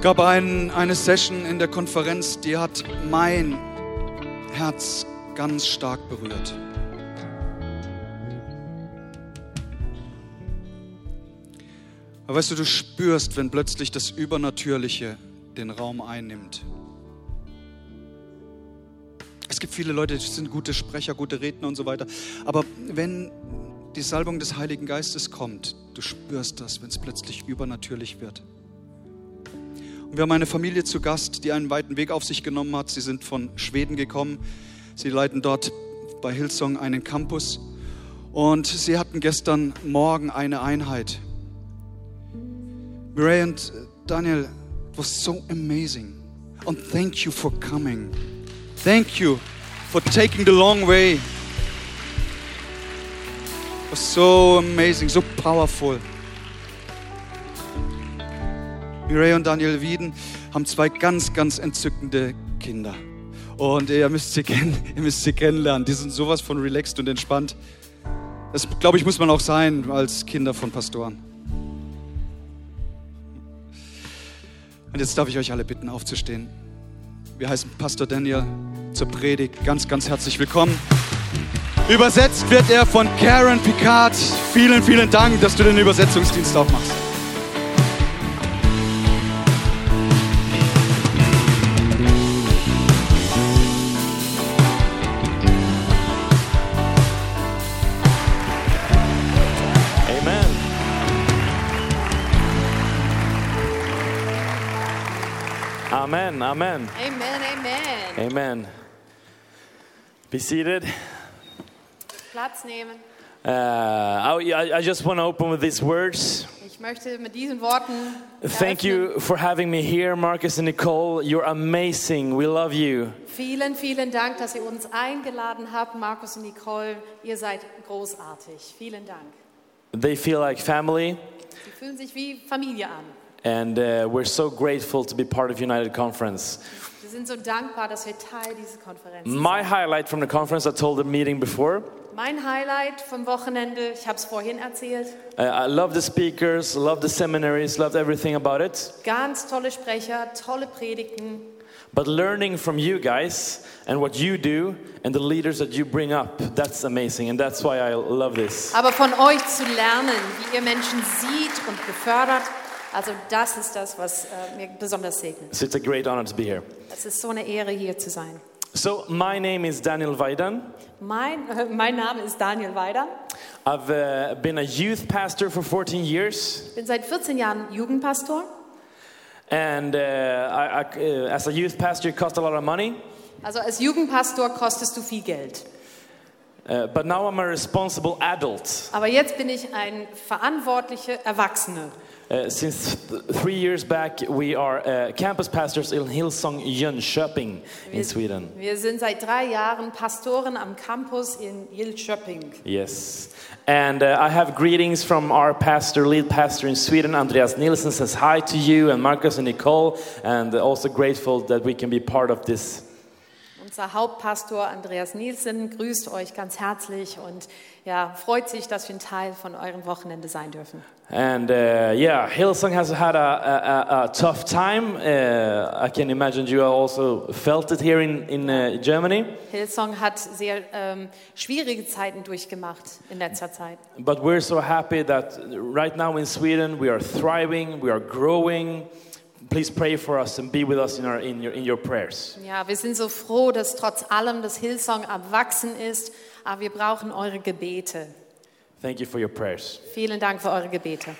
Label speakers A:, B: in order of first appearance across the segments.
A: gab ein, eine Session in der Konferenz, die hat mein Herz ganz stark berührt. Aber weißt du, du spürst, wenn plötzlich das Übernatürliche den Raum einnimmt. Es gibt viele Leute, die sind gute Sprecher, gute Redner und so weiter. Aber wenn die Salbung des Heiligen Geistes kommt, du spürst das, wenn es plötzlich übernatürlich wird. Und wir haben eine Familie zu Gast, die einen weiten Weg auf sich genommen hat. Sie sind von Schweden gekommen. Sie leiten dort bei Hillsong einen Campus. Und sie hatten gestern Morgen eine Einheit. Mireille und Daniel, it was so amazing. And thank you for coming. Thank you for taking the long way. It was so amazing, so powerful. Mireille und Daniel Wieden haben zwei ganz, ganz entzückende Kinder. Und ihr müsst sie, kennen, ihr müsst sie kennenlernen. Die sind sowas von relaxed und entspannt. Das, glaube ich, muss man auch sein als Kinder von Pastoren. Und jetzt darf ich euch alle bitten, aufzustehen. Wir heißen Pastor Daniel zur Predigt. Ganz, ganz herzlich willkommen. Übersetzt wird er von Karen Picard. Vielen, vielen Dank, dass du den Übersetzungsdienst auch machst.
B: Amen. Amen. Amen.
C: Amen, amen.
B: Amen. Be seated.
C: Platz nehmen.
B: Uh, I, I- I just want to open with these words.
C: Ich möchte mit diesen Worten.
B: Thank
C: eröffnen.
B: you for having me here, Marcus and Nicole. You're amazing. We love you.
C: Vielen, vielen Dank, dass ihr uns eingeladen habt, Markus und Nicole. Ihr seid großartig. Vielen Dank.
B: They feel like family,
C: Sie fühlen sich wie Familie an.
B: and uh, we're so grateful to be part of United Conference.
C: Wir sind so dankbar, dass wir Teil dieser Konferenz sind.
B: My highlight from the conference, I told the meeting before,
C: Mein Highlight vom Wochenende, ich habe es vorhin erzählt,
B: uh, I love the speakers, love the seminaries, loved everything about it.
C: ganz tolle Sprecher, tolle Predigten.
B: But learning from you guys and what you do and the leaders that you bring up, that's amazing. And that's why I love this.
C: Aber von euch zu lernen, wie ihr Menschen sieht und befördert, also das ist das, was äh, mir besonders segnet.
B: So it's a great honor to be here.
C: Es ist so eine Ehre, hier zu sein.
B: So, my name is Daniel Weidan.
C: Mein, äh, mein Name ist Daniel Weider.
B: I've uh, been a youth pastor for 14 years.
C: Ich bin seit 14 Jahren Jugendpastor.
B: And uh, I, I, uh, as a youth pastor, it cost a lot of money.
C: Also als Jugendpastor kostest du viel Geld.
B: Uh, but now I'm a responsible adult.
C: Aber jetzt bin ich ein verantwortlicher Erwachsener.
B: Uh, since th- three years back, we are uh, campus pastors in Hillsong Jönköping in Sweden.
C: Wir sind seit drei Jahren Pastoren am Campus in Jilköping.
B: Yes. And uh, I have greetings from our pastor, lead pastor in Sweden, Andreas Nielsen, says hi to you and Marcus and Nicole, and also grateful that we can be part of this.
C: Unser Hauptpastor Andreas Nielsen grüßt euch ganz herzlich und ja, freut sich, dass wir ein Teil von eurem Wochenende sein dürfen.
B: And uh, yeah, Hillsong has had a, a, a, a tough time. Uh, I can imagine you also felt it here in, in uh, Germany.
C: Hillsong hat sehr ähm, schwierige Zeiten durchgemacht in letzter Zeit.
B: But we're so happy that right now in Sweden we are thriving, we are growing. Please pray for us and be with us in, our, in, your, in your prayers.
C: Ja, wir sind so froh, dass trotz allem das Hillsong am Wachsen ist, aber wir brauchen eure Gebete.
B: Thank you for your prayers.
C: Vielen Dank für eure Gebete.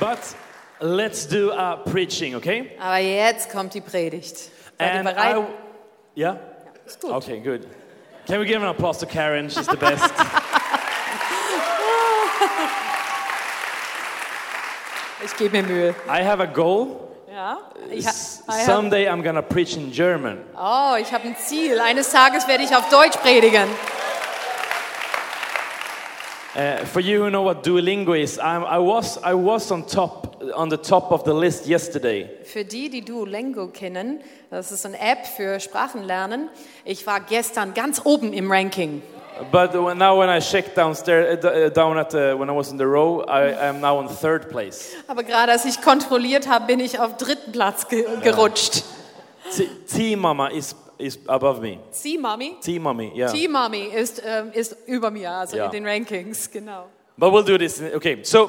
B: But let's do uh, preaching, okay?
C: Aber jetzt kommt die Predigt. Seid ihr bereit?
B: I- yeah?
C: Ist gut.
B: Okay, good. Can we give an applause to Karen? She's the best.
C: Ich gebe mir Mühe.
B: I have a goal.
C: Ja? Ich, ha-
B: S-
C: I have,
B: Someday I'm gonna preach in German.
C: oh, ich habe ein Ziel. Eines Tages werde ich auf Deutsch predigen.
B: Uh, for you who know what Duolingo is, I'm, I, was, I was on top on the top of the list yesterday.
C: Für die, die Duolingo kennen, das ist eine App für Sprachenlernen. Ich war gestern ganz oben im Ranking.
B: But when, now when I checked downstairs, uh, d- uh, down at uh, when I was in the row, I am now on third place.
C: Aber gerade als ich kontrolliert habe, bin ich auf dritten Platz ge gerutscht.
B: T- T Mama is is above me.
C: Sie, Mami?
B: T Mommy, yeah.
C: Die Mami ist, ähm, ist über mir, also
B: Ja.
C: in den Rankings, genau.
B: But we'll do this. Okay, so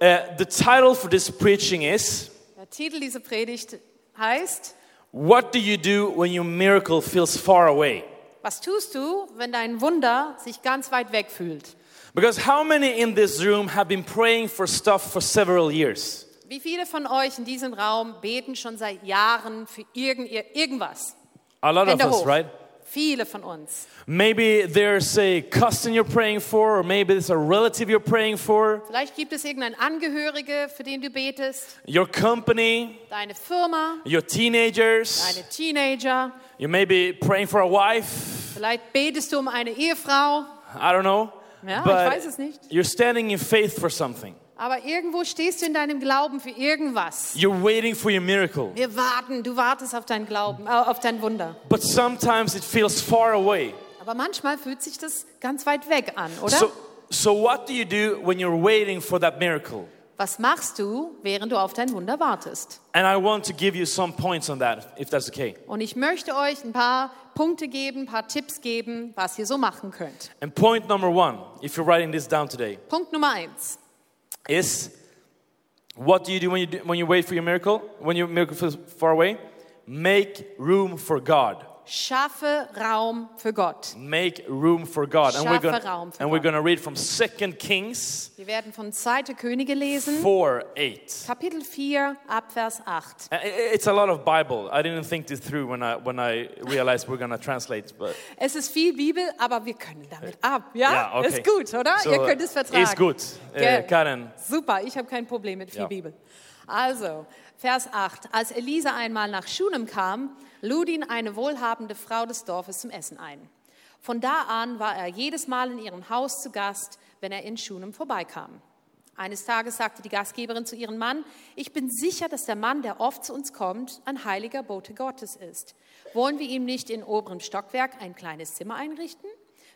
B: uh, the title for this preaching is
C: Der Titel dieser Predigt heißt,
B: "What do you do when your miracle feels far away?"
C: was tust du, wenn dein Wunder sich ganz weit weg fühlt?
B: Because how many in this room have been praying for stuff for several years?
C: Wie viele von euch in diesem Raum beten schon seit Jahren für irgend, ir- irgendwas?
B: A lot of
C: Hände
B: us,
C: hoch.
B: right?
C: Viele von uns.
B: Maybe there's a cousin you're praying for, or maybe there's a relative you're praying for,
C: Vielleicht gibt es irgendeinen Angehörige, für den du betest,
B: your company,
C: deine Firma,
B: your teenagers.
C: deine Teenager.
B: You may be praying for a wife.
C: Vielleicht betest du um eine Ehefrau.
B: I don't know.
C: Ja, ich weiß es nicht.
B: You're standing in faith for something.
C: Aber irgendwo stehst du in deinem Glauben für irgendwas.
B: You're waiting for your miracle.
C: Wir warten, du wartest auf deinen Glauben, äh, auf dein Wunder.
B: But sometimes it feels far away.
C: Aber manchmal fühlt sich das ganz weit weg an, oder?
B: So, so what do you do when you're waiting for that miracle?
C: Was machst du, während du auf dein Wunder wartest?
B: And I want to give you some points on that, if that's okay.
C: Und ich möchte euch ein paar Punkte geben, ein paar Tipps geben, was ihr so machen könnt.
B: And point number one, if you're writing this down today,
C: Punkt Nummer eins.
B: is what do you do when you, do, when you wait for your miracle? When your miracle feels far away? Make room for God.
C: Schaffe Raum für Gott.
B: Make room for God. And we're
C: Schaffe
B: gonna,
C: Raum für
B: and we're
C: Gott.
B: going to read from 2 Kings
C: Wir werden von 2. Könige lesen,
B: 4 8.
C: Kapitel 4, Abvers 8.
B: And Uh, i- i- It's a lot of Bible. I didn't think this through when I, when I realized we're going to translate. But
C: Es ist viel Bibel, aber wir können damit ab. Ja, er
B: Ja, okay.
C: ist gut, oder?
B: So,
C: ihr könnt es vertragen.
B: ist gut. Äh,
C: Gell?
B: Karen.
C: Super, ich habe kein Problem mit viel
B: Ja.
C: Bibel. Also, Vers 8. Als Elisa einmal nach Schunem kam, lud ihn eine wohlhabende Frau des Dorfes zum Essen ein. Von da an war er jedes Mal in ihrem Haus zu Gast, wenn er in Schunem vorbeikam. Eines Tages sagte die Gastgeberin zu ihrem Mann, ich bin sicher, dass der Mann, der oft zu uns kommt, ein heiliger Bote Gottes ist. Wollen wir ihm nicht in oberem Stockwerk ein kleines Zimmer einrichten?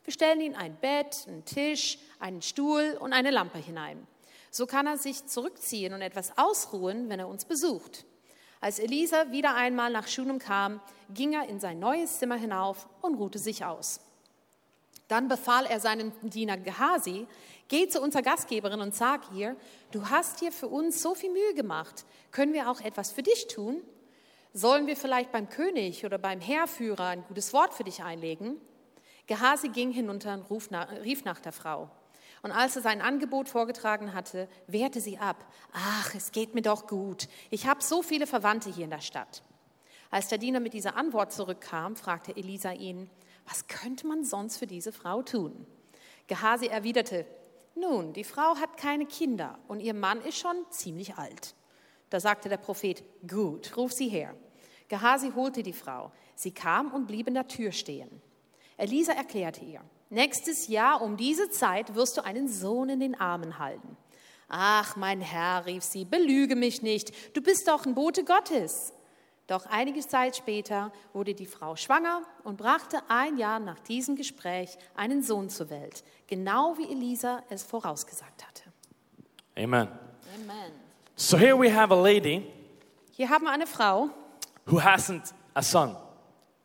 C: Wir stellen ihm ein Bett, einen Tisch, einen Stuhl und eine Lampe hinein. So kann er sich zurückziehen und etwas ausruhen, wenn er uns besucht. Als Elisa wieder einmal nach Schunem kam, ging er in sein neues Zimmer hinauf und ruhte sich aus. Dann befahl er seinem Diener Gehasi, geh zu unserer Gastgeberin und sag ihr, du hast dir für uns so viel Mühe gemacht, können wir auch etwas für dich tun? Sollen wir vielleicht beim König oder beim Heerführer ein gutes Wort für dich einlegen? Gehasi ging hinunter und ruf na- rief nach der Frau. Und als er sein Angebot vorgetragen hatte, wehrte sie ab. Ach, es geht mir doch gut. Ich habe so viele Verwandte hier in der Stadt. Als der Diener mit dieser Antwort zurückkam, fragte Elisa ihn, was könnte man sonst für diese Frau tun? Gehasi erwiderte, nun, die Frau hat keine Kinder und ihr Mann ist schon ziemlich alt. Da sagte der Prophet, gut, ruf sie her. Gehasi holte die Frau. Sie kam und blieb in der Tür stehen. Elisa erklärte ihr, nächstes Jahr um diese Zeit wirst du einen Sohn in den Armen halten. Ach, mein Herr, rief sie, belüge mich nicht, du bist doch ein Bote Gottes. Doch einige Zeit später wurde die Frau schwanger und brachte ein Jahr nach diesem Gespräch einen Sohn zur Welt, genau wie Elisa es vorausgesagt hatte.
B: amen.
C: Amen.
B: So here we have a lady
C: Hier haben wir eine Frau,
B: who hasn't a son.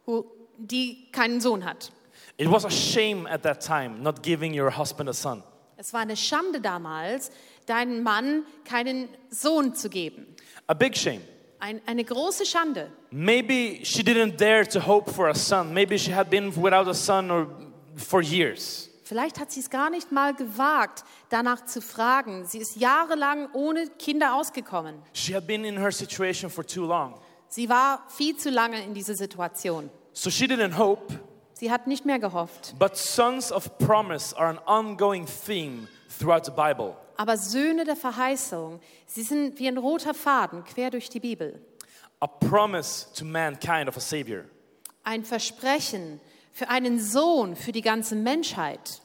C: who- die keinen Sohn hat.
B: It was a shame at that time not giving your husband a son.
C: Es war eine Schande damals, deinem Mann keinen Sohn zu geben.
B: A big shame.
C: Ein, eine große Schande.
B: Maybe she didn't dare to hope for a son. Maybe she had been without a son or for years.
C: Vielleicht hat sie es gar nicht mal gewagt, danach zu fragen. Sie ist jahrelang ohne Kinder ausgekommen.
B: She had been in her situation for too long.
C: Sie war viel zu lange in dieser Situation.
B: So she didn't hope,
C: Sie hat nicht mehr gehofft.
B: but sons of promise are an ongoing theme throughout the Bible.
C: Aber Söhne der Verheißung, sie sind wie ein roter Faden quer durch die Bibel.
B: A promise to mankind of a savior.
C: Ein Versprechen für einen Sohn, für die ganze Menschheit.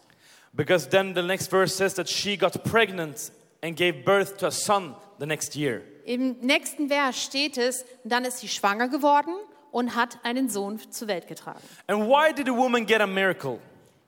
B: Because then the next verse says that she got pregnant and gave birth to a son the next year.
C: Im nächsten Vers steht es, dann ist sie schwanger geworden und hat einen Sohn zur Welt getragen.
B: And why did the woman get a miracle?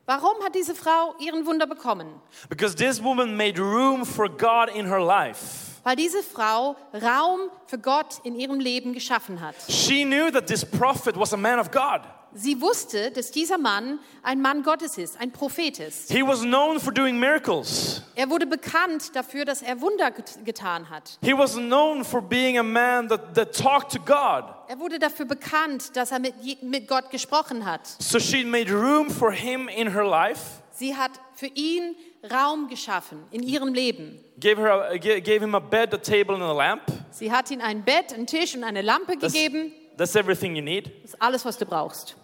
C: Warum hat diese Frau ihren Wunder bekommen?
B: Because this woman made room for God in her life.
C: Weil diese Frau Raum für Gott in ihrem Leben geschaffen hat.
B: She knew that this prophet was a man of God.
C: Sie wusste, dass dieser Mann ein Mann Gottes ist, ein Prophet ist.
B: He was known for doing miracles.
C: Er wurde bekannt dafür, dass er Wunder get- getan hat.
B: He was known for being a man that, that talked to God.
C: Er wurde dafür bekannt, dass er mit, je- mit Gott gesprochen hat.
B: So she made room for him in her life,
C: Sie hat für ihn Raum geschaffen in ihrem Leben.
B: gave, her a, ga- gave him a bed, a table, and a lamp.
C: Sie hat ihm ein Bett, einen Tisch und eine Lampe
B: That's,
C: gegeben.
B: that's everything you need.
C: Das ist alles, was du brauchst.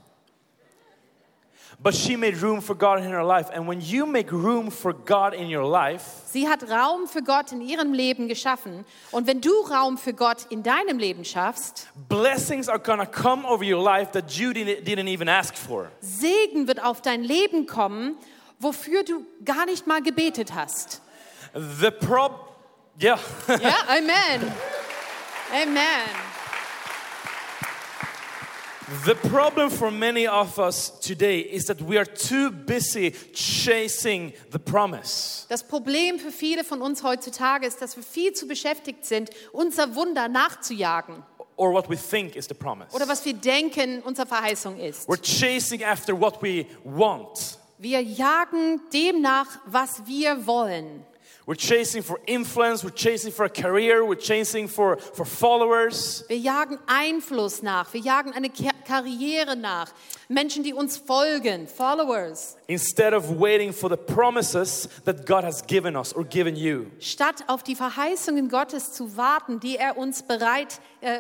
B: But she made room for God in her life. And when you make room for God in your life,
C: Sie hat Raum für Gott in ihrem Leben geschaffen. Und wenn du Raum für Gott in deinem Leben schaffst,
B: blessings are going to come over your life that you didn't, didn't even ask for.
C: Segen wird auf dein Leben kommen, wofür du gar nicht mal gebetet hast.
B: The prob. Yeah.
C: Ja, Amen. Amen.
B: The problem for many of us today is that we are too busy chasing the promise.
C: Das Problem für viele von uns heutzutage ist, dass wir viel zu beschäftigt sind, unser Wunder nachzujagen
B: or what we think is the promise.
C: oder was wir denken, unsere Verheißung ist.
B: We're chasing after what we want.
C: Wir jagen dem nach, was wir wollen.
B: We're chasing for influence, we're chasing for a career, we're chasing for, for followers.
C: Wir jagen Einfluss nach, wir jagen eine Ke- Karriere nach, Menschen, die uns folgen, Followers,
B: Instead of waiting for the promises that God has given us or given you.
C: statt auf die Verheißungen Gottes zu warten, die er uns bereit äh,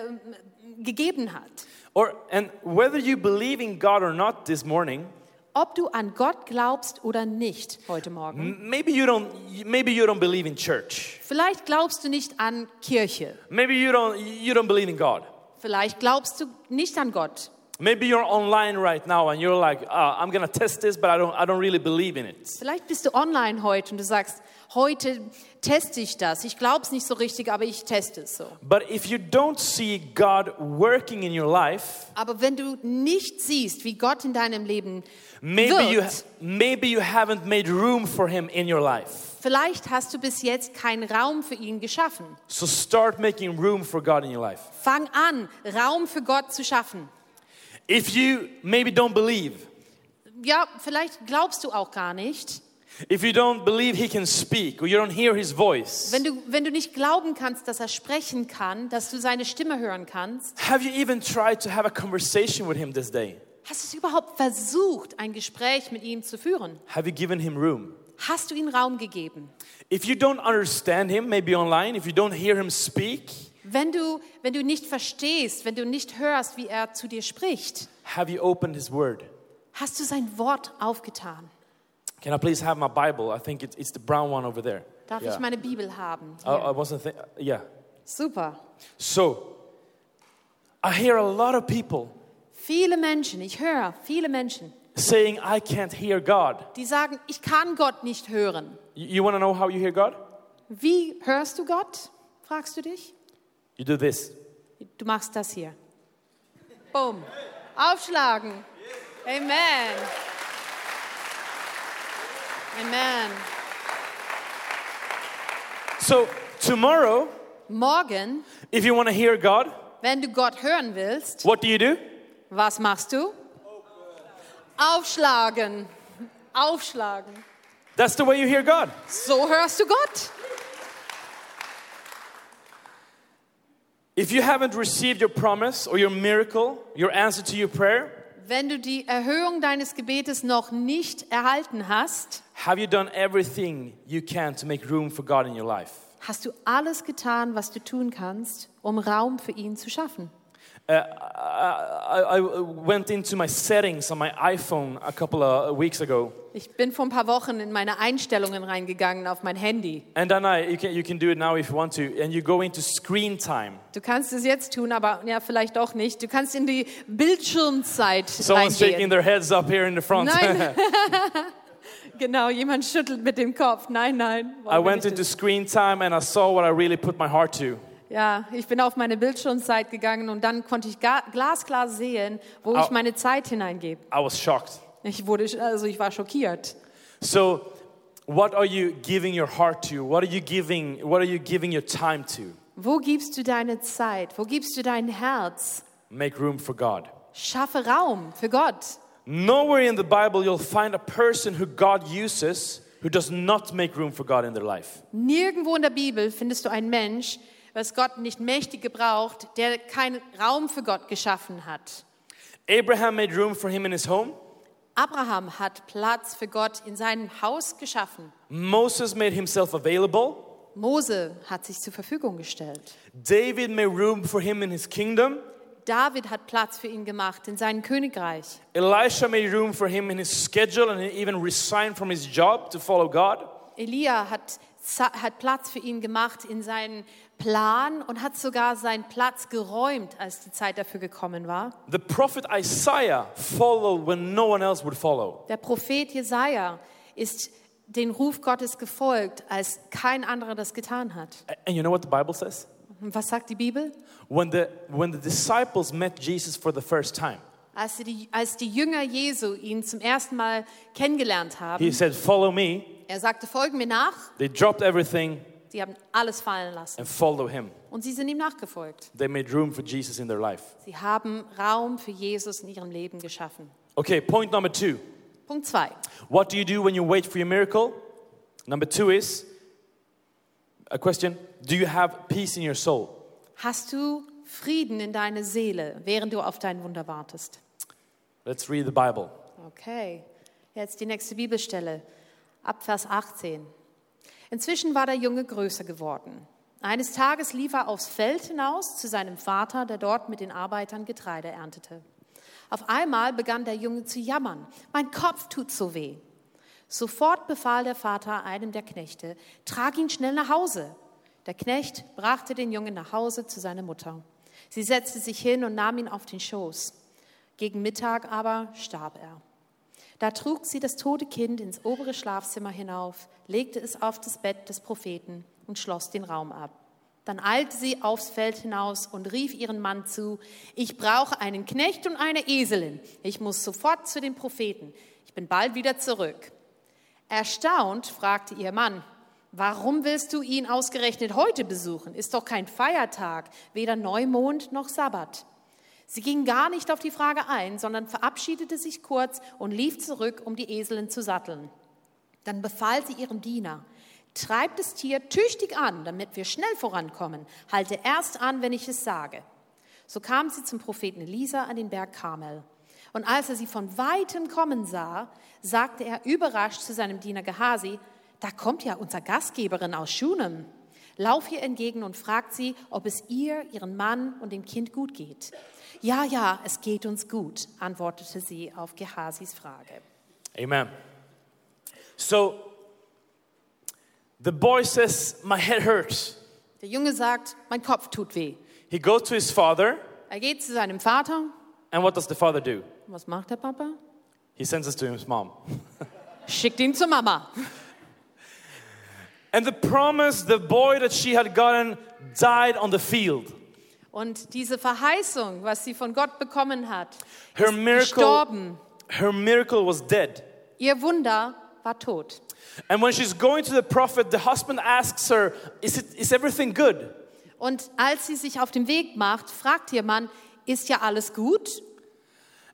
C: gegeben hat.
B: Or and whether you believe in God or not this morning,
C: Ob du an Gott glaubst oder nicht heute Morgen.
B: m- maybe you don't maybe you don't believe in church.
C: Vielleicht glaubst du nicht an Kirche.
B: Maybe you don't you don't believe in God.
C: Vielleicht glaubst du nicht an Gott.
B: Maybe you're online right now and you're like, "Ah, I'm gonna test this, but I don't I don't really believe in it.
C: Vielleicht bist du online heute und du sagst, heute teste ich das. Ich glaube es nicht so richtig, aber ich teste es so.
B: But if you don't see God working in your life,
C: Aber wenn du nicht siehst, wie Gott in deinem Leben
B: maybe
C: wirkt,
B: you, maybe you haven't made room for Him in your life.
C: vielleicht hast du bis jetzt keinen Raum für ihn geschaffen.
B: So start making room for God in your life.
C: Fang an, Raum für Gott zu schaffen.
B: If you maybe don't believe,
C: Ja, vielleicht glaubst du auch gar nicht.
B: if you don't believe He can speak or you don't hear His voice,
C: Wenn du, wenn du nicht glauben kannst, dass er sprechen kann, dass du seine Stimme hören kannst,
B: have you even tried to have a conversation with Him this day?
C: hast du es überhaupt versucht, ein Gespräch mit ihm zu führen?
B: Have you given Him room?
C: Hast du ihm Raum gegeben?
B: If you don't understand Him, maybe online, if you don't hear Him speak,
C: Wenn du, wenn du nicht verstehst, wenn du nicht hörst, wie er zu dir spricht,
B: have you opened His Word?
C: hast du sein Wort aufgetan?
B: Can I please have my Bible? I think it's, it's the brown one over there.
C: Darf
B: Yeah.
C: ich meine Bibel haben?
B: I, I
C: Hier.
B: wasn't think- yeah.
C: Super.
B: So, I hear a lot of people
C: Viele Menschen, ich höre viele Menschen,
B: saying, I can't hear God.
C: die sagen, ich kann Gott nicht hören.
B: You, want to know how you hear God?
C: Wie hörst du Gott? Fragst du dich?
B: You do this.
C: Du machst das hier. Boom. Aufschlagen. Amen. Amen.
B: So, tomorrow,
C: Morgen,
B: if you want to hear God,
C: wenn du Gott hören willst,
B: what do you do?
C: was machst du? Aufschlagen. Aufschlagen.
B: That's the way you hear God.
C: So hörst du Gott.
B: If you haven't received your promise or your miracle, your answer to your prayer,
C: Wenn du die Erhöhung deines Gebetes noch nicht erhalten hast,
B: have you done everything you can to make room for God in your life?
C: hast du alles getan, was du tun kannst, um Raum für ihn zu schaffen.
B: Uh, I, I- I went into my settings on my iPhone a couple of weeks ago.
C: Ich bin vor ein paar Wochen in meine Einstellungen reingegangen auf mein Handy.
B: And then I, you, can, you can do it now if you want to. And you go into screen time.
C: Du kannst es jetzt tun, aber ja, vielleicht auch nicht. Du kannst in die Bildschirmzeit
B: Someone's shaking
C: reingehen.
B: their heads up here in the front.
C: Nein. Genau, jemand schüttelt mit dem Kopf. Nein, nein.
B: I
C: wollen wir
B: went
C: nicht
B: into screen time and I saw what I really put my heart to.
C: wissen. ja, ich bin auf meine Bildschirmzeit gegangen und dann konnte ich ga- glasklar sehen, wo
B: Au.
C: ich meine Zeit hineingebe.
B: I was shocked.
C: Ich wurde, also ich war schockiert.
B: So, what are you giving your heart to? What are you giving? What are you giving your time to?
C: Wo gibst du deine Zeit? Wo gibst du dein Herz?
B: Make room for God.
C: Schaffe Raum für Gott.
B: Nowhere in the Bible you'll find a person who God uses who does not make room for God in their life.
C: Nirgendwo in der Bibel findest du einen Mensch, was Gott nicht mächtig gebraucht, der keinen Raum für Gott geschaffen hat.
B: Abraham made room for him in his home.
C: Abraham hat Platz für Gott in seinem Haus geschaffen.
B: Moses made himself available.
C: Mose hat sich zur Verfügung gestellt.
B: David made room for him in his kingdom.
C: David hat Platz für ihn gemacht in seinem Königreich.
B: Elisha made room for him in his schedule and he even resigned from his job to follow God.
C: Elia hat, hat Platz für ihn gemacht in seinen Plan und hat sogar seinen Platz geräumt, als die Zeit dafür gekommen war.
B: The prophet Isaiah followed when no one else would follow.
C: Der Prophet Jesaja ist den Ruf Gottes gefolgt, als kein anderer das getan hat.
B: A- And you know what the Bible says?
C: Und was sagt die Bibel?
B: When the, when the disciples met Jesus for the first time,
C: Als die, als die Jünger Jesu ihn zum ersten Mal kennengelernt
B: he
C: haben,
B: said, Follow me.
C: er sagte, folgen mir nach.
B: They dropped everything
C: Sie haben alles fallen lassen
B: and follow him.
C: und sie sind ihm nachgefolgt.
B: They made room for Jesus in their life.
C: Sie haben Raum für Jesus in ihrem Leben geschaffen.
B: Okay, point number two.
C: Punkt zwei.
B: What do you do when you wait for your miracle? Number two is a question Do you have peace in your soul?
C: Hast du Frieden in deine Seele, während du auf dein Wunder wartest?
B: Let's read the Bible.
C: Okay, jetzt die nächste Bibelstelle, ab Vers 18. Inzwischen war der Junge größer geworden. Eines Tages lief er aufs Feld hinaus zu seinem Vater, der dort mit den Arbeitern Getreide erntete. Auf einmal begann der Junge zu jammern. Mein Kopf tut so weh. Sofort befahl der Vater einem der Knechte, trag ihn schnell nach Hause. Der Knecht brachte den Jungen nach Hause zu seiner Mutter. Sie setzte sich hin und nahm ihn auf den Schoß. Gegen Mittag aber starb er. Da trug sie das tote Kind ins obere Schlafzimmer hinauf, legte es auf das Bett des Propheten und schloss den Raum ab. Dann eilte sie aufs Feld hinaus und rief ihren Mann zu, ich brauche einen Knecht und eine Eselin. Ich muss sofort zu dem Propheten. Ich bin bald wieder zurück. Erstaunt fragte ihr Mann, warum willst du ihn ausgerechnet heute besuchen? Ist doch kein Feiertag, weder Neumond noch Sabbat. Sie ging gar nicht auf die Frage ein, sondern verabschiedete sich kurz und lief zurück, um die Eseln zu satteln. Dann befahl sie ihrem Diener, treib das Tier tüchtig an, damit wir schnell vorankommen. Halte erst an, wenn ich es sage. So kam sie zum Propheten Elisa an den Berg Karmel. Und als er sie von weitem kommen sah, sagte er überrascht zu seinem Diener Gehasi, da kommt ja unser Gastgeberin aus Schunem. Lauf ihr entgegen und fragt sie, ob es ihr, ihren Mann und dem Kind gut geht. Ja, ja, es geht uns gut, antwortete sie auf Gehasis Frage.
B: Amen. So the boy says, My head hurts.
C: Der Junge sagt, mein Kopf tut weh.
B: He goes to his father,
C: Er geht zu seinem Vater.
B: and what does the father do?
C: Was macht der Papa?
B: He sends us to his mom.
C: Schickt ihn zu Mama.
B: And the promise the boy that she had gotten died on the field.
C: Und diese Verheißung, was sie von Gott bekommen hat,
B: Her miracle,
C: gestorben.
B: her miracle was dead.
C: Ihr Wunder war tot.
B: And when she's going to the prophet, the husband asks her, Is, it, is everything good?
C: Und als sie sich auf den Weg macht, fragt ihr Mann, ist ja alles gut?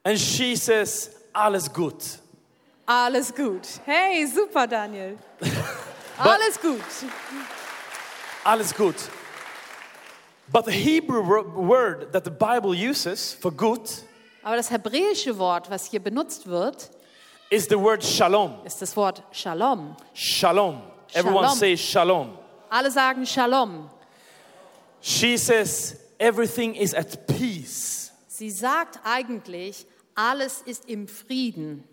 B: And she says, Alles gut.
C: Alles gut. Hey, super, Daniel. alles gut.
B: Alles gut. But the Hebrew wo- word that the Bible uses for gut
C: Aber das hebräische Wort, was hier benutzt wird,
B: is the word shalom.
C: ist das Wort Shalom.
B: Shalom. Everyone
C: Shalom.
B: says shalom.
C: Alle sagen Shalom.
B: She says, Everything is at peace.
C: Sie sagt eigentlich, alles ist im Frieden.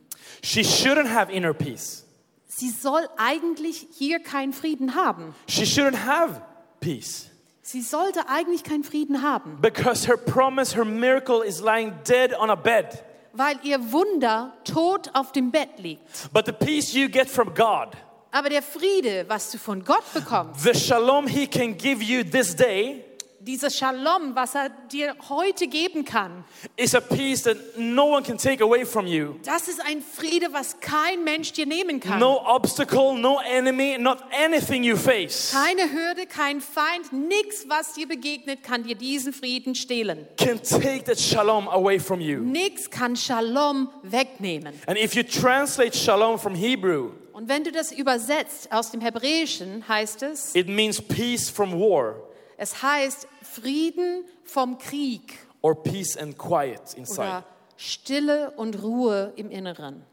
B: She shouldn't have inner peace.
C: Sie soll eigentlich hier keinen Frieden haben.
B: She shouldn't have peace
C: Sie sollte eigentlich keinen Frieden haben,
B: because her promise, her miracle is lying dead on a bed.
C: weil ihr Wunder tot auf dem Bett liegt.
B: But the peace you get from God,
C: Aber der Friede, was du von Gott bekommst,
B: the shalom He can give you this day,
C: Dieses Shalom, was er dir heute geben kann,
B: is a peace that no one can take away from you.
C: das ist ein Friede, was kein Mensch dir nehmen kann.
B: No obstacle, no enemy, not anything you face
C: Keine Hürde, kein Feind, nichts, was dir begegnet, kann dir diesen Frieden stehlen.
B: can take that shalom away from you.
C: Nichts kann Shalom wegnehmen.
B: And if you translate shalom from Hebrew,
C: Und wenn du das übersetzt aus dem Hebräischen, heißt es,
B: it means peace from war
C: es heißt Frieden vom Krieg
B: or peace and quiet inside.
C: oder Stille und Ruhe im Inneren.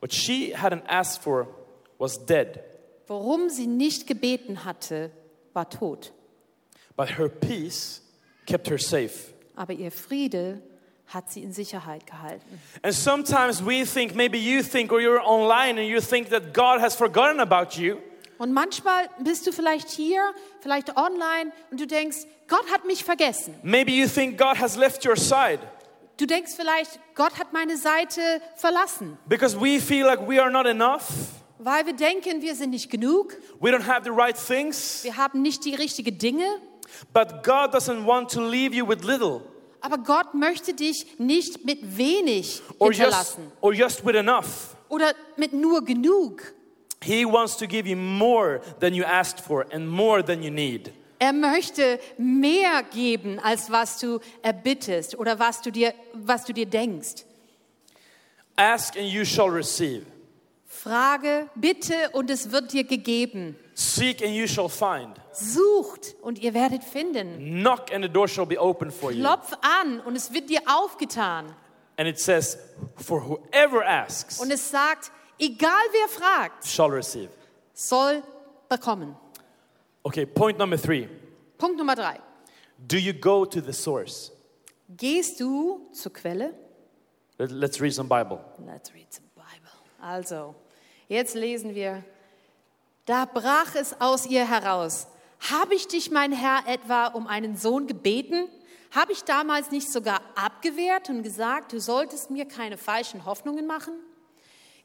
B: What she hadn't asked for was dead,
C: Worum sie nicht gebeten hatte, war tot.
B: but her peace kept her safe.
C: Aber ihr Friede hat sie in Sicherheit gehalten.
B: And sometimes we think, maybe you think, or you're online and you think that God has forgotten about you.
C: Und manchmal bist du vielleicht hier, vielleicht online und du denkst, Gott hat mich vergessen.
B: Maybe you think God has left your side
C: Du denkst vielleicht, Gott hat meine Seite verlassen,
B: because we feel like we are not enough,
C: weil wir denken, wir sind nicht genug,
B: we don't have the right things.
C: wir haben nicht die richtigen Dinge.
B: But God doesn't want to leave you with little
C: Aber Gott möchte dich nicht mit wenig
B: or just,
C: hinterlassen
B: or just with enough.
C: oder mit nur genug.
B: He wants to give you more than you asked for and more than you need.
C: Er möchte mehr geben, als was du erbittest oder was du dir, was du dir denkst.
B: Ask and you shall receive.
C: Frage, bitte und es wird dir gegeben.
B: Seek and you shall find.
C: Sucht und ihr werdet finden.
B: Knock and the door shall be open for you.
C: Klopf an und es wird dir aufgetan.
B: And it says, For whoever asks
C: Und es sagt, egal wer fragt,
B: shall receive.
C: soll bekommen.
B: Okay, point number three.
C: Punkt Nummer drei.
B: Do you go to the source?
C: Gehst du zur Quelle?
B: Let- Let's read some Bible.
C: Let's read the Bible. Also, jetzt lesen wir. Da brach es aus ihr heraus. Habe ich dich, mein Herr, etwa um einen Sohn gebeten? Habe ich damals nicht sogar abgewehrt und gesagt, du solltest mir keine falschen Hoffnungen machen?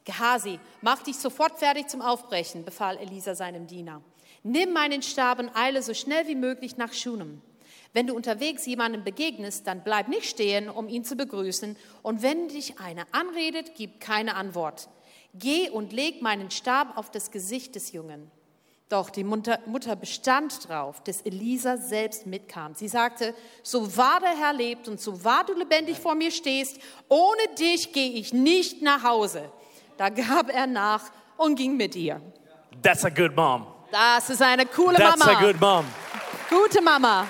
C: Gehasi, mach dich sofort fertig zum Aufbrechen, befahl Elisa seinem Diener. Nimm meinen Stab und eile so schnell wie möglich nach Schunem. Wenn du unterwegs jemandem begegnest, dann bleib nicht stehen, um ihn zu begrüßen. Und wenn dich einer anredet, gib keine Antwort. Geh und leg meinen Stab auf das Gesicht des Jungen. Doch die Mutter, Mutter bestand drauf, dass Elisa selbst mitkam. Sie sagte, so wahr der Herr lebt und so wahr du lebendig vor mir stehst, ohne dich gehe ich nicht nach Hause. Da gab er nach und ging mit ihr.
B: That's a good mom.
C: Das ist eine coole
B: That's a
C: Mama.
B: good mom.
C: Gute Mama.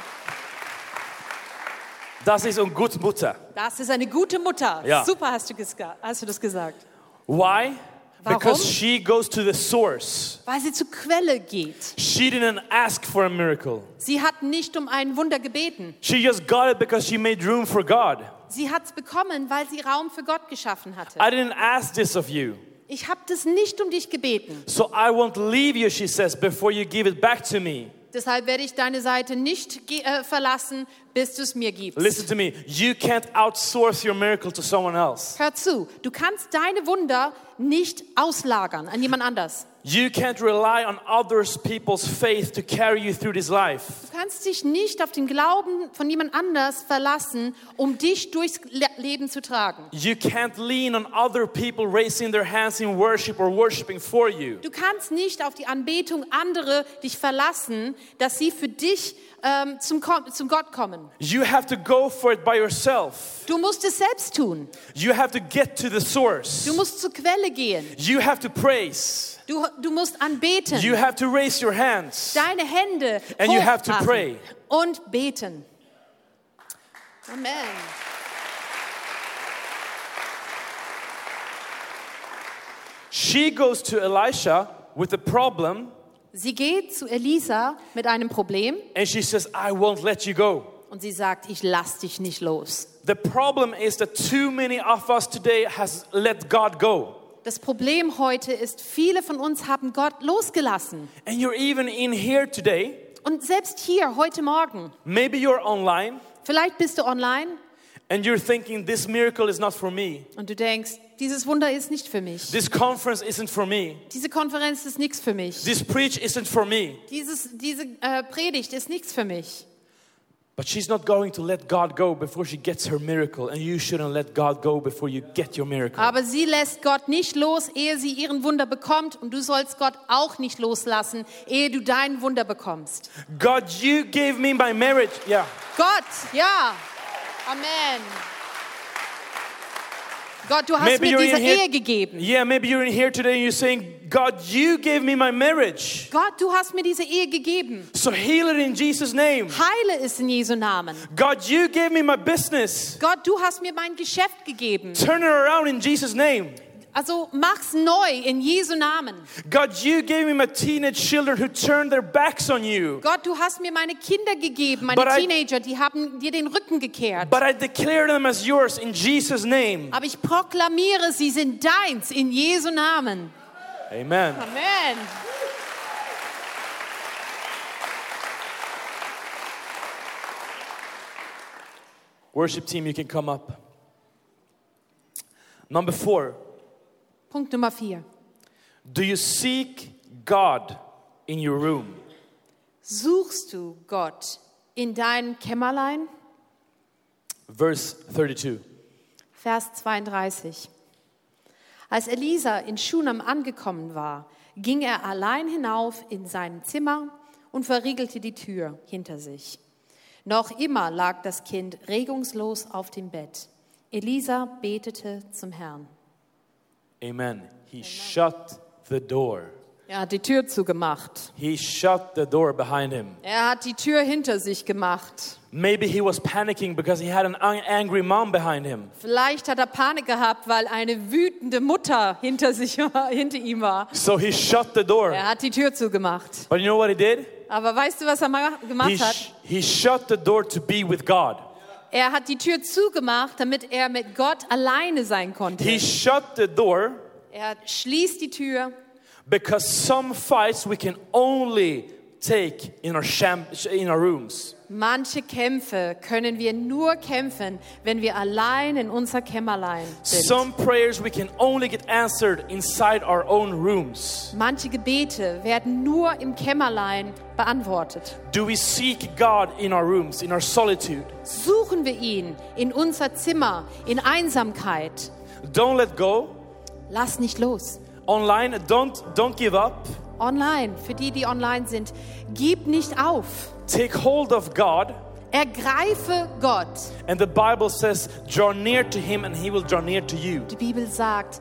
B: Das ist eine gute Mutter.
C: Das ist eine gute Mutter.
B: Ja.
C: Super hast du, gesga- hast du das gesagt.
B: Why? Because
C: Warum?
B: she goes to the source.
C: Weil sie zur Quelle geht.
B: She didn't ask for a miracle.
C: Sie hat nicht um ein Wunder gebeten.
B: She just got it because she made room for God.
C: Sie hat es bekommen, weil sie Raum für Gott geschaffen hatte.
B: I didn't ask this of you.
C: Ich habe das nicht um dich gebeten.
B: So I won't leave you, she says, before you give it back to me.
C: Deshalb werde ich deine Seite nicht ge- äh, verlassen, bis du es mir gibst.
B: Listen to me. You can't outsource your miracle to someone else.
C: Hör zu, du kannst deine Wunder nicht auslagern an jemand anders.
B: You can't rely on others people's faith to carry you through this life.
C: Du kannst dich nicht auf den Glauben von jemand anders verlassen, um dich durchs Le Leben zu tragen.
B: You can't lean on other people raising their hands in worship or worshiping for you.
C: Du kannst nicht auf die Anbetung andere dich verlassen, dass sie für dich ähm, zum, Kom- zum Gott kommen.
B: You have to go for it by yourself.
C: Du musst es selbst tun.
B: You have to get to the
C: Du
B: source.
C: musst zur Quelle gehen.
B: You have to praise.
C: Du, du musst anbeten.
B: You have to raise your hands.
C: deine Hände
B: And you have to
C: hochmachen
B: pray.
C: und beten. Amen.
B: She goes to Elisha with a problem
C: Sie geht zu Elisa mit einem Problem
B: and she says, I won't let you go.
C: und sie sagt, ich lass dich nicht los.
B: The problem is that too many of us today has let God go.
C: Das Problem heute ist, viele von uns haben Gott losgelassen.
B: And you're even in here today.
C: Und selbst hier, heute Morgen,
B: Maybe you're online
C: vielleicht bist du online
B: and you're thinking, this miracle is not for me.
C: und du denkst, Dieses Wunder ist nicht für mich.
B: This conference isn't for me.
C: Diese Konferenz ist nichts für mich.
B: This preach isn't for me.
C: Dieses, diese äh, Predigt ist nichts für mich.
B: But she's not going to let God go before she gets her miracle. And you shouldn't let God go before you get your miracle.
C: Aber sie lässt Gott nicht los, ehe sie ihren Wunder bekommt. Und du sollst Gott auch nicht loslassen, ehe du dein Wunder bekommst.
B: God, you gave me my marriage. Yeah.
C: Gott, ja. Amen. Gott, du hast
B: Maybe
C: mir
B: you're
C: diese
B: in here-
C: Ehe gegeben.
B: Yeah, maybe you're in here today and you're saying, God, you gave me my marriage.
C: Gott, du hast mir diese Ehe gegeben.
B: So heal it in Jesus' name.
C: Heile es in Jesu Namen.
B: God, you gave me my business.
C: Gott, du hast mir mein Geschäft gegeben.
B: Turn it around in Jesus' name.
C: Also mach's neu in Jesu Namen.
B: God, you gave me my teenage children who turned their backs on you.
C: Gott, du hast mir meine Kinder gegeben, meine
B: But I-
C: Teenager, die haben dir den Rücken gekehrt.
B: But I declare them as yours in Jesus' name.
C: Aber ich proklamiere, sie sind deins in Jesu Namen.
B: Amen.
C: Amen.
B: Worship team, you can come up. Number four,
C: Punkt Nummer vier.
B: do you seek God in your room?
C: Suchst du Gott in deinem Kämmerlein?
B: Verse 32.
C: Vers 32. Als Elisa in Schunam angekommen war, ging er allein hinauf in sein Zimmer und verriegelte die Tür hinter sich. Noch immer lag das Kind regungslos auf dem Bett. Elisa betete zum Herrn.
B: Amen. He shut the door.
C: Er hat die Tür zugemacht.
B: He shut the door behind him.
C: Er hat die Tür hinter sich gemacht.
B: Maybe he was panicking because he had an un- angry mom behind him.
C: Vielleicht hat er Panik gehabt, weil eine wütende Mutter hinter, sich war, hinter ihm war.
B: So he shut the door.
C: Er hat die Tür zugemacht.
B: But you know what he did?
C: Aber weißt du, was er ma-
B: He,
C: gemacht hat?
B: sh- he shut the door to be with God.
C: Er hat die Tür zugemacht, damit er mit Gott alleine sein
B: He
C: konnte.
B: shut the door
C: Er schließt die Tür,
B: because some fights we can only take in our, sham- in our rooms.
C: Manche Kämpfe können wir nur kämpfen, wenn wir allein in unser Kämmerlein sind.
B: Some prayers we can only get answered inside our own rooms.
C: Manche Gebete werden nur im Kämmerlein beantwortet.
B: Do we seek God in our rooms, in our solitude?
C: Suchen wir ihn in unser Zimmer, in Einsamkeit.
B: Don't let go.
C: Lass nicht los.
B: Online, don't don't give up.
C: Online, für die, die online sind, gib nicht auf.
B: Take hold of God.
C: Ergreife Gott.
B: And the Bible says, draw near to him and he will draw near to you.
C: Die Bibel sagt,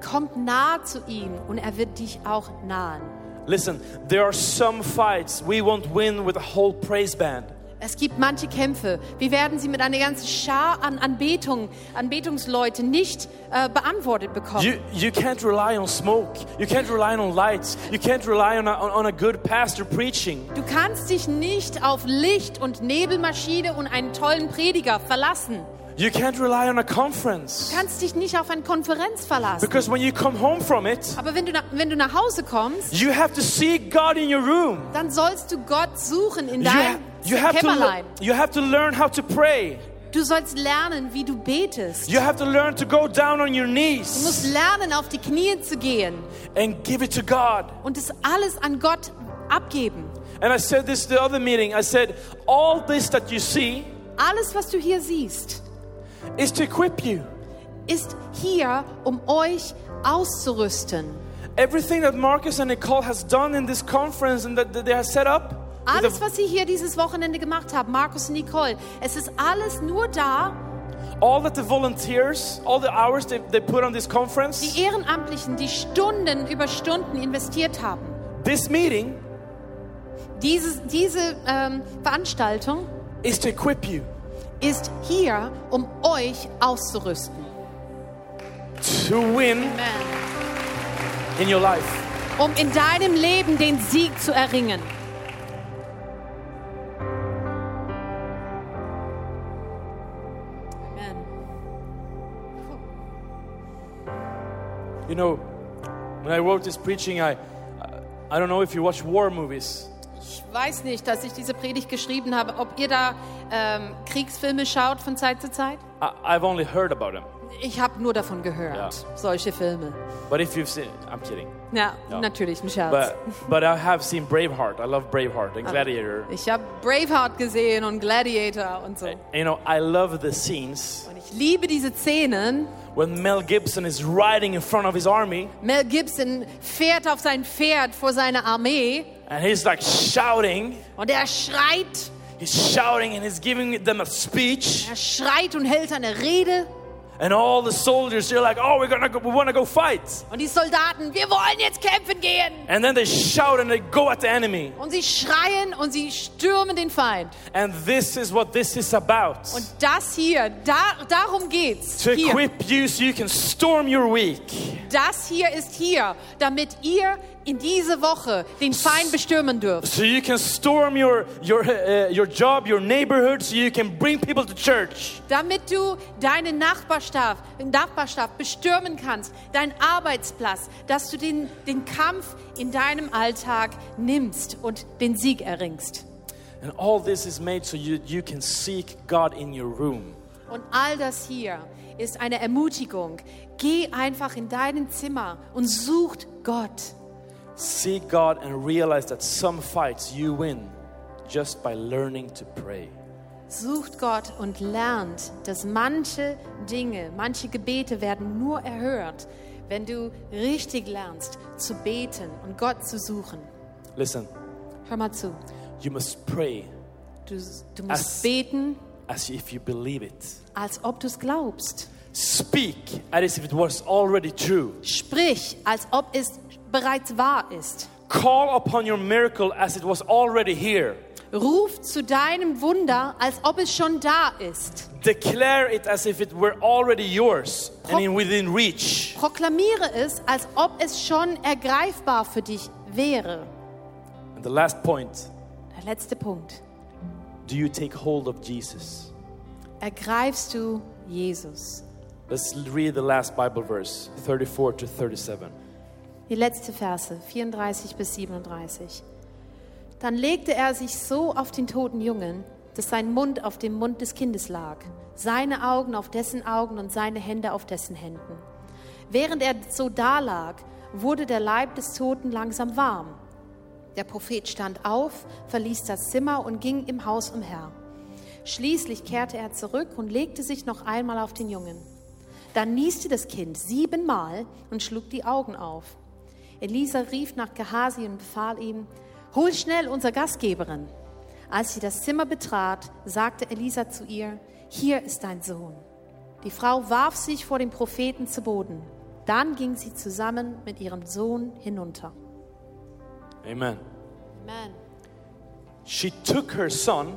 C: kommt nah zu ihm und er wird dich auch nahen.
B: Listen, there are some fights we won't win with a whole praise band.
C: Es gibt manche Kämpfe. Wir werden sie mit einer ganzen Schar an Anbetung, Anbetungsleute nicht äh, beantwortet bekommen.
B: You, you can't rely on smoke. You can't rely on lights. You can't rely on a, on a good pastor preaching.
C: du kannst dich nicht auf Licht und Nebelmaschine und einen tollen Prediger verlassen.
B: You can't rely on a conference.
C: Du kannst dich nicht auf eine Konferenz verlassen.
B: Because when you come home from it,
C: Aber wenn du, na, wenn du nach Hause kommst,
B: you have to seek God in your room.
C: dann sollst du Gott suchen in
B: You,
C: deinem
B: ha- you, have to
C: Kämmerlein.
B: le- you have to learn how to pray.
C: Du sollst lernen, wie du betest.
B: You have to learn to go down on your
C: Du musst
B: knees
C: lernen, auf die Knie zu gehen.
B: and give it to God.
C: und es alles an Gott abgeben.
B: And I said this the other meeting. I said, all this that you see
C: Alles, was du hier siehst,
B: is to equip you.
C: ist hier, um euch auszurüsten.
B: Everything that Marcus and Nicole has done in this conference and that that they have set up, with
C: Alles,
B: the-
C: was sie hier dieses Wochenende gemacht haben, Markus und Nicole, es ist alles nur da.
B: all that the volunteers, all the hours they, they put on this conference,
C: Die Ehrenamtlichen, die Stunden über Stunden investiert haben.
B: this meeting
C: Dieses, diese ähm, Veranstaltung
B: is to equip you
C: ist hier, um euch auszurüsten.
B: to win
C: Amen.
B: in your life.
C: Um in deinem Leben den Sieg zu erringen. Amen.
B: You know, when I wrote this preaching, I, I don't know if you watch war movies.
C: Ich weiß nicht, dass ich diese Predigt geschrieben habe, ob ihr da ähm, Kriegsfilme schaut von Zeit zu Zeit.
B: I, I've only heard about them.
C: Ich habe nur davon gehört, solche Filme.
B: But if you've seen, I'm kidding.
C: Ja,
B: Ja.
C: natürlich ein Scherz.
B: But but I have seen Braveheart. I love Braveheart and Gladiator.
C: ich habe Braveheart gesehen und Gladiator und so.
B: You know, I love the scenes
C: Und ich liebe diese Szenen.
B: when Mel Gibson is riding in front of his army
C: Mel Gibson fährt auf sein Pferd vor seiner Armee
B: and he's like shouting,
C: und er schreit,
B: he's shouting and he's giving them a speech,
C: er schreit und hält eine Rede.
B: and all the soldiers they're like, "Oh, we're gonna go, we want to go fight!"
C: Und die Soldaten, wir wollen jetzt kämpfen gehen.
B: And then they shout and they go at the enemy.
C: Und sie schreien und sie stürmen den Feind.
B: And this is what this is about.
C: Und das hier, da, darum geht's.
B: To
C: Hier.
B: equip you so you can storm your week.
C: Das hier ist hier, damit ihr in diese Woche den Feind bestürmen dürft.
B: So you can storm your, your, uh, your job, your neighborhood, so you can bring people to church.
C: Damit du deine Nachbarschaft, Nachbarschaft bestürmen kannst, deinen Arbeitsplatz, dass du den, den Kampf in deinem Alltag nimmst und den Sieg erringst.
B: And all this is made so you, you can seek God in your room.
C: Und all das hier ist eine Ermutigung. Geh einfach in dein Zimmer und sucht Gott.
B: Seek God and realize that some fights you win just by learning to pray.
C: Sucht Gott und lernt, dass manche Dinge, manche Gebete werden nur erhört, wenn du richtig lernst zu beten und Gott zu suchen.
B: Listen,
C: Hör mal zu.
B: you must pray
C: Du, du musst
B: As-
C: beten,
B: as if you believe it.
C: als ob du es glaubst.
B: Speak as if it was already true.
C: Sprich, als ob es bereits wahr ist.
B: Call upon your miracle as it was already here.
C: Ruf zu deinem Wunder, als ob es schon da ist.
B: Declare it as if it were already yours and in within reach.
C: Proklamiere es, als ob es schon ergreifbar für dich wäre.
B: And the last point
C: Der letzte Punkt.
B: do you take hold of Jesus?
C: Ergreifst du Jesus?
B: Let's read the last Bible verse 34 to 37.
C: Die letzte Verse, 34 bis 37. Dann legte er sich so auf den toten Jungen, dass sein Mund auf dem Mund des Kindes lag, seine Augen auf dessen Augen und seine Hände auf dessen Händen. Während er so dalag, wurde der Leib des Toten langsam warm. Der Prophet stand auf, verließ das Zimmer und ging im Haus umher. Schließlich kehrte er zurück und legte sich noch einmal auf den Jungen. Dann nieste das Kind siebenmal und schlug die Augen auf. Elisa rief nach Gehasi und befahl ihm, hol schnell unsere Gastgeberin. Als sie das Zimmer betrat, sagte Elisa zu ihr, hier ist dein Sohn. Die Frau warf sich vor dem Propheten zu Boden. Dann ging sie zusammen mit ihrem Sohn hinunter.
B: Amen.
C: Amen.
B: She took her son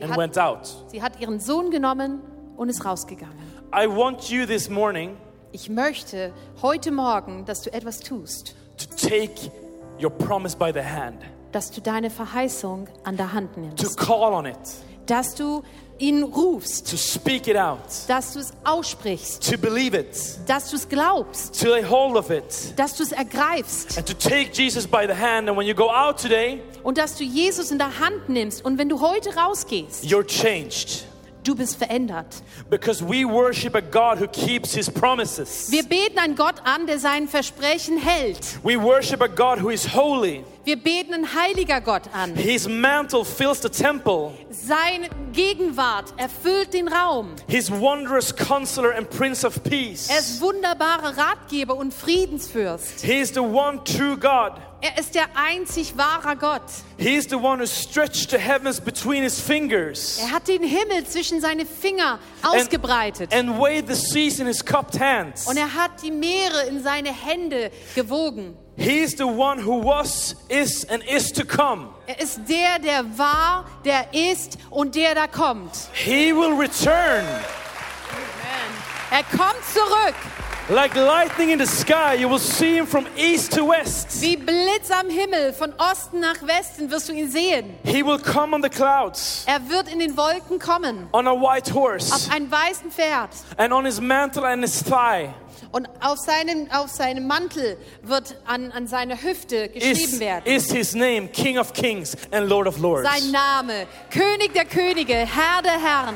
B: and
C: had-
B: went out.
C: Sie hat ihren Sohn genommen und ist rausgegangen.
B: I want you this morning
C: Ich möchte heute Morgen, dass du etwas tust,
B: to take your promise by the hand,
C: dass du deine Verheißung an der Hand
B: to
C: nimmst,
B: call on it,
C: dass du ihn rufst,
B: to speak it out,
C: dass du es aussprichst,
B: to believe it,
C: dass du es glaubst,
B: to lay hold of it,
C: dass du es ergreifst
B: and to take Jesus by the hand. And when you go out today,
C: und dass du Jesus in der Hand nimmst. Und wenn du heute rausgehst,
B: you're changed.
C: du bist verändert.
B: Because we worship a God who keeps his promises.
C: Wir beten einen Gott an, der sein Versprechen hält.
B: We worship a God who is holy.
C: Wir beten einen heiliger Gott an.
B: His mantle fills the temple.
C: Seine Gegenwart erfüllt den Raum.
B: His wondrous counselor and prince of peace.
C: Er ist wunderbarer Ratgeber und Friedensfürst.
B: he is the one true God.
C: Er ist der einzig wahre Gott.
B: He is the one who stretched the heavens between his fingers
C: Er hat den Himmel zwischen seine Finger ausgebreitet.
B: and weighed the seas in his cupped hands.
C: Und er hat die Meere in seine Hände gewogen.
B: He is the one who was, is, and is to come.
C: Er ist der, der war, der ist und der da kommt.
B: He will return
C: Er kommt zurück
B: like lightning in the sky. You will see him from east to west.
C: wie Blitz am Himmel. Von Osten nach Westen wirst du ihn sehen.
B: He will come on the clouds,
C: Er wird in den Wolken kommen.
B: on a white horse,
C: Auf einem weißen Pferd.
B: and on his mantle and his thigh
C: Und auf seinem, auf seinem Mantel wird an, an seiner Hüfte geschrieben
B: is,
C: werden.
B: is his name, King of Kings and Lord of Lords.
C: Sein Name, König der Könige, Herr der Herren.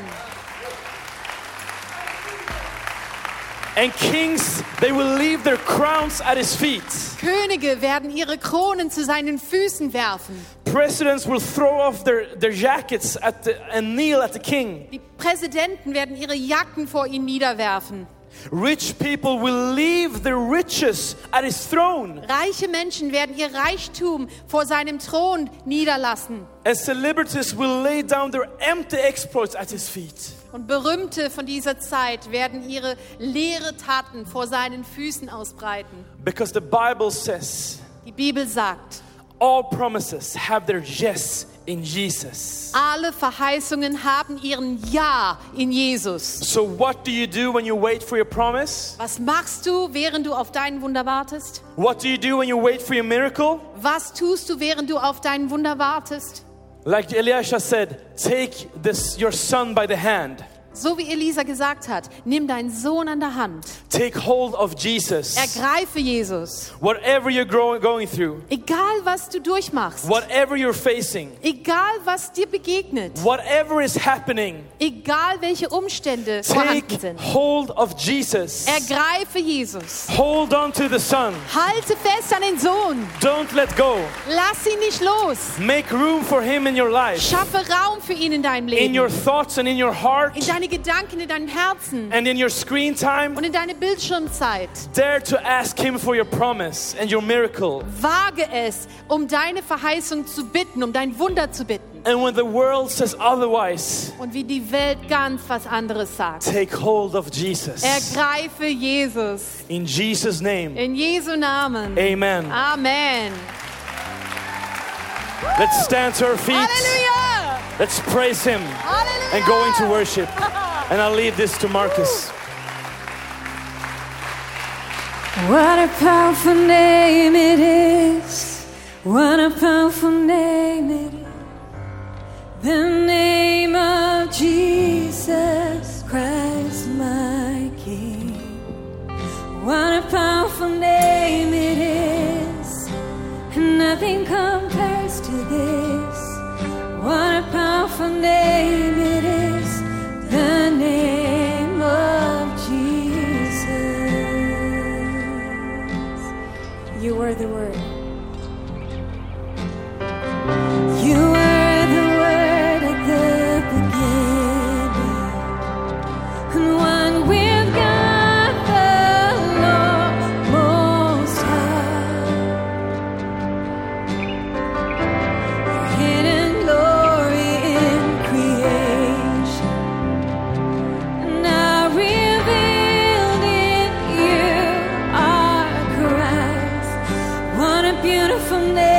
B: And kings, they will leave their crowns at his feet.
C: Könige werden ihre Kronen zu seinen Füßen werfen.
B: Presidents will throw off their, their jackets at the, and kneel at the king.
C: Die Präsidenten werden ihre Jacken vor ihm niederwerfen.
B: Rich people will leave their riches at his throne.
C: Reiche Menschen werden ihr Reichtum vor seinem Thron niederlassen.
B: And celebrities will lay down their empty exploits at his feet.
C: Und Berühmte von dieser Zeit werden ihre leere Taten vor seinen Füßen ausbreiten.
B: Because the Bible says,
C: Die Bibel sagt,
B: all promises have their yes in Jesus.
C: alle Verheißungen haben ihren Ja in Jesus.
B: So, what do you do when you wait for your promise?
C: Was machst du, während du auf dein Wunder wartest?
B: What do you do when you wait for your miracle?
C: Was tust du, während du auf dein Wunder wartest?
B: Like Elisha said, take this your son by the hand.
C: So wie Elisa gesagt hat, nimm deinen Sohn an der Hand.
B: Take hold of Jesus.
C: Ergreife Jesus.
B: Whatever you're growing, going through,
C: Egal, was du durchmachst.
B: whatever you're facing,
C: Egal, was dir begegnet.
B: whatever is happening,
C: Egal, welche Umstände
B: take
C: vorhanden sind.
B: hold of Jesus.
C: Ergreife Jesus.
B: Hold on to the son.
C: Halte fest an den Sohn.
B: Don't let go.
C: Lass ihn nicht los.
B: Make room for him in your life,
C: Schaffe Raum für ihn in deinem
B: in
C: Leben.
B: your thoughts and in your heart
C: in deine Gedanken, in deinem Herzen
B: and in your screen time.
C: und in deine Bildschirmzeit.
B: Dare to ask him for your promise and your miracle.
C: Wage es, um deine Verheißung zu bitten, um dein Wunder zu bitten.
B: And when the world says otherwise,
C: Und wie die Welt ganz was anderes sagt.
B: take hold of Jesus.
C: Ergreife Jesus.
B: In Jesus' name.
C: In Jesu Namen.
B: Amen.
C: Ah. Amen.
B: Let's stand to our feet.
C: Halleluja!
B: Let's praise Him
C: Halleluja!
B: and go into worship. And I'll leave this to Marcus.
D: What a powerful name it is. What a powerful name it is. The name of Jesus Christ, my King. What a powerful name it is. Nothing compares to this. What a powerful name it is. The name of Jesus. You are the Word. You were the Word at the beginning. And one with God, the Lord Most High. Hidden glory in creation, now revealed in you are Christ. What a beautiful name!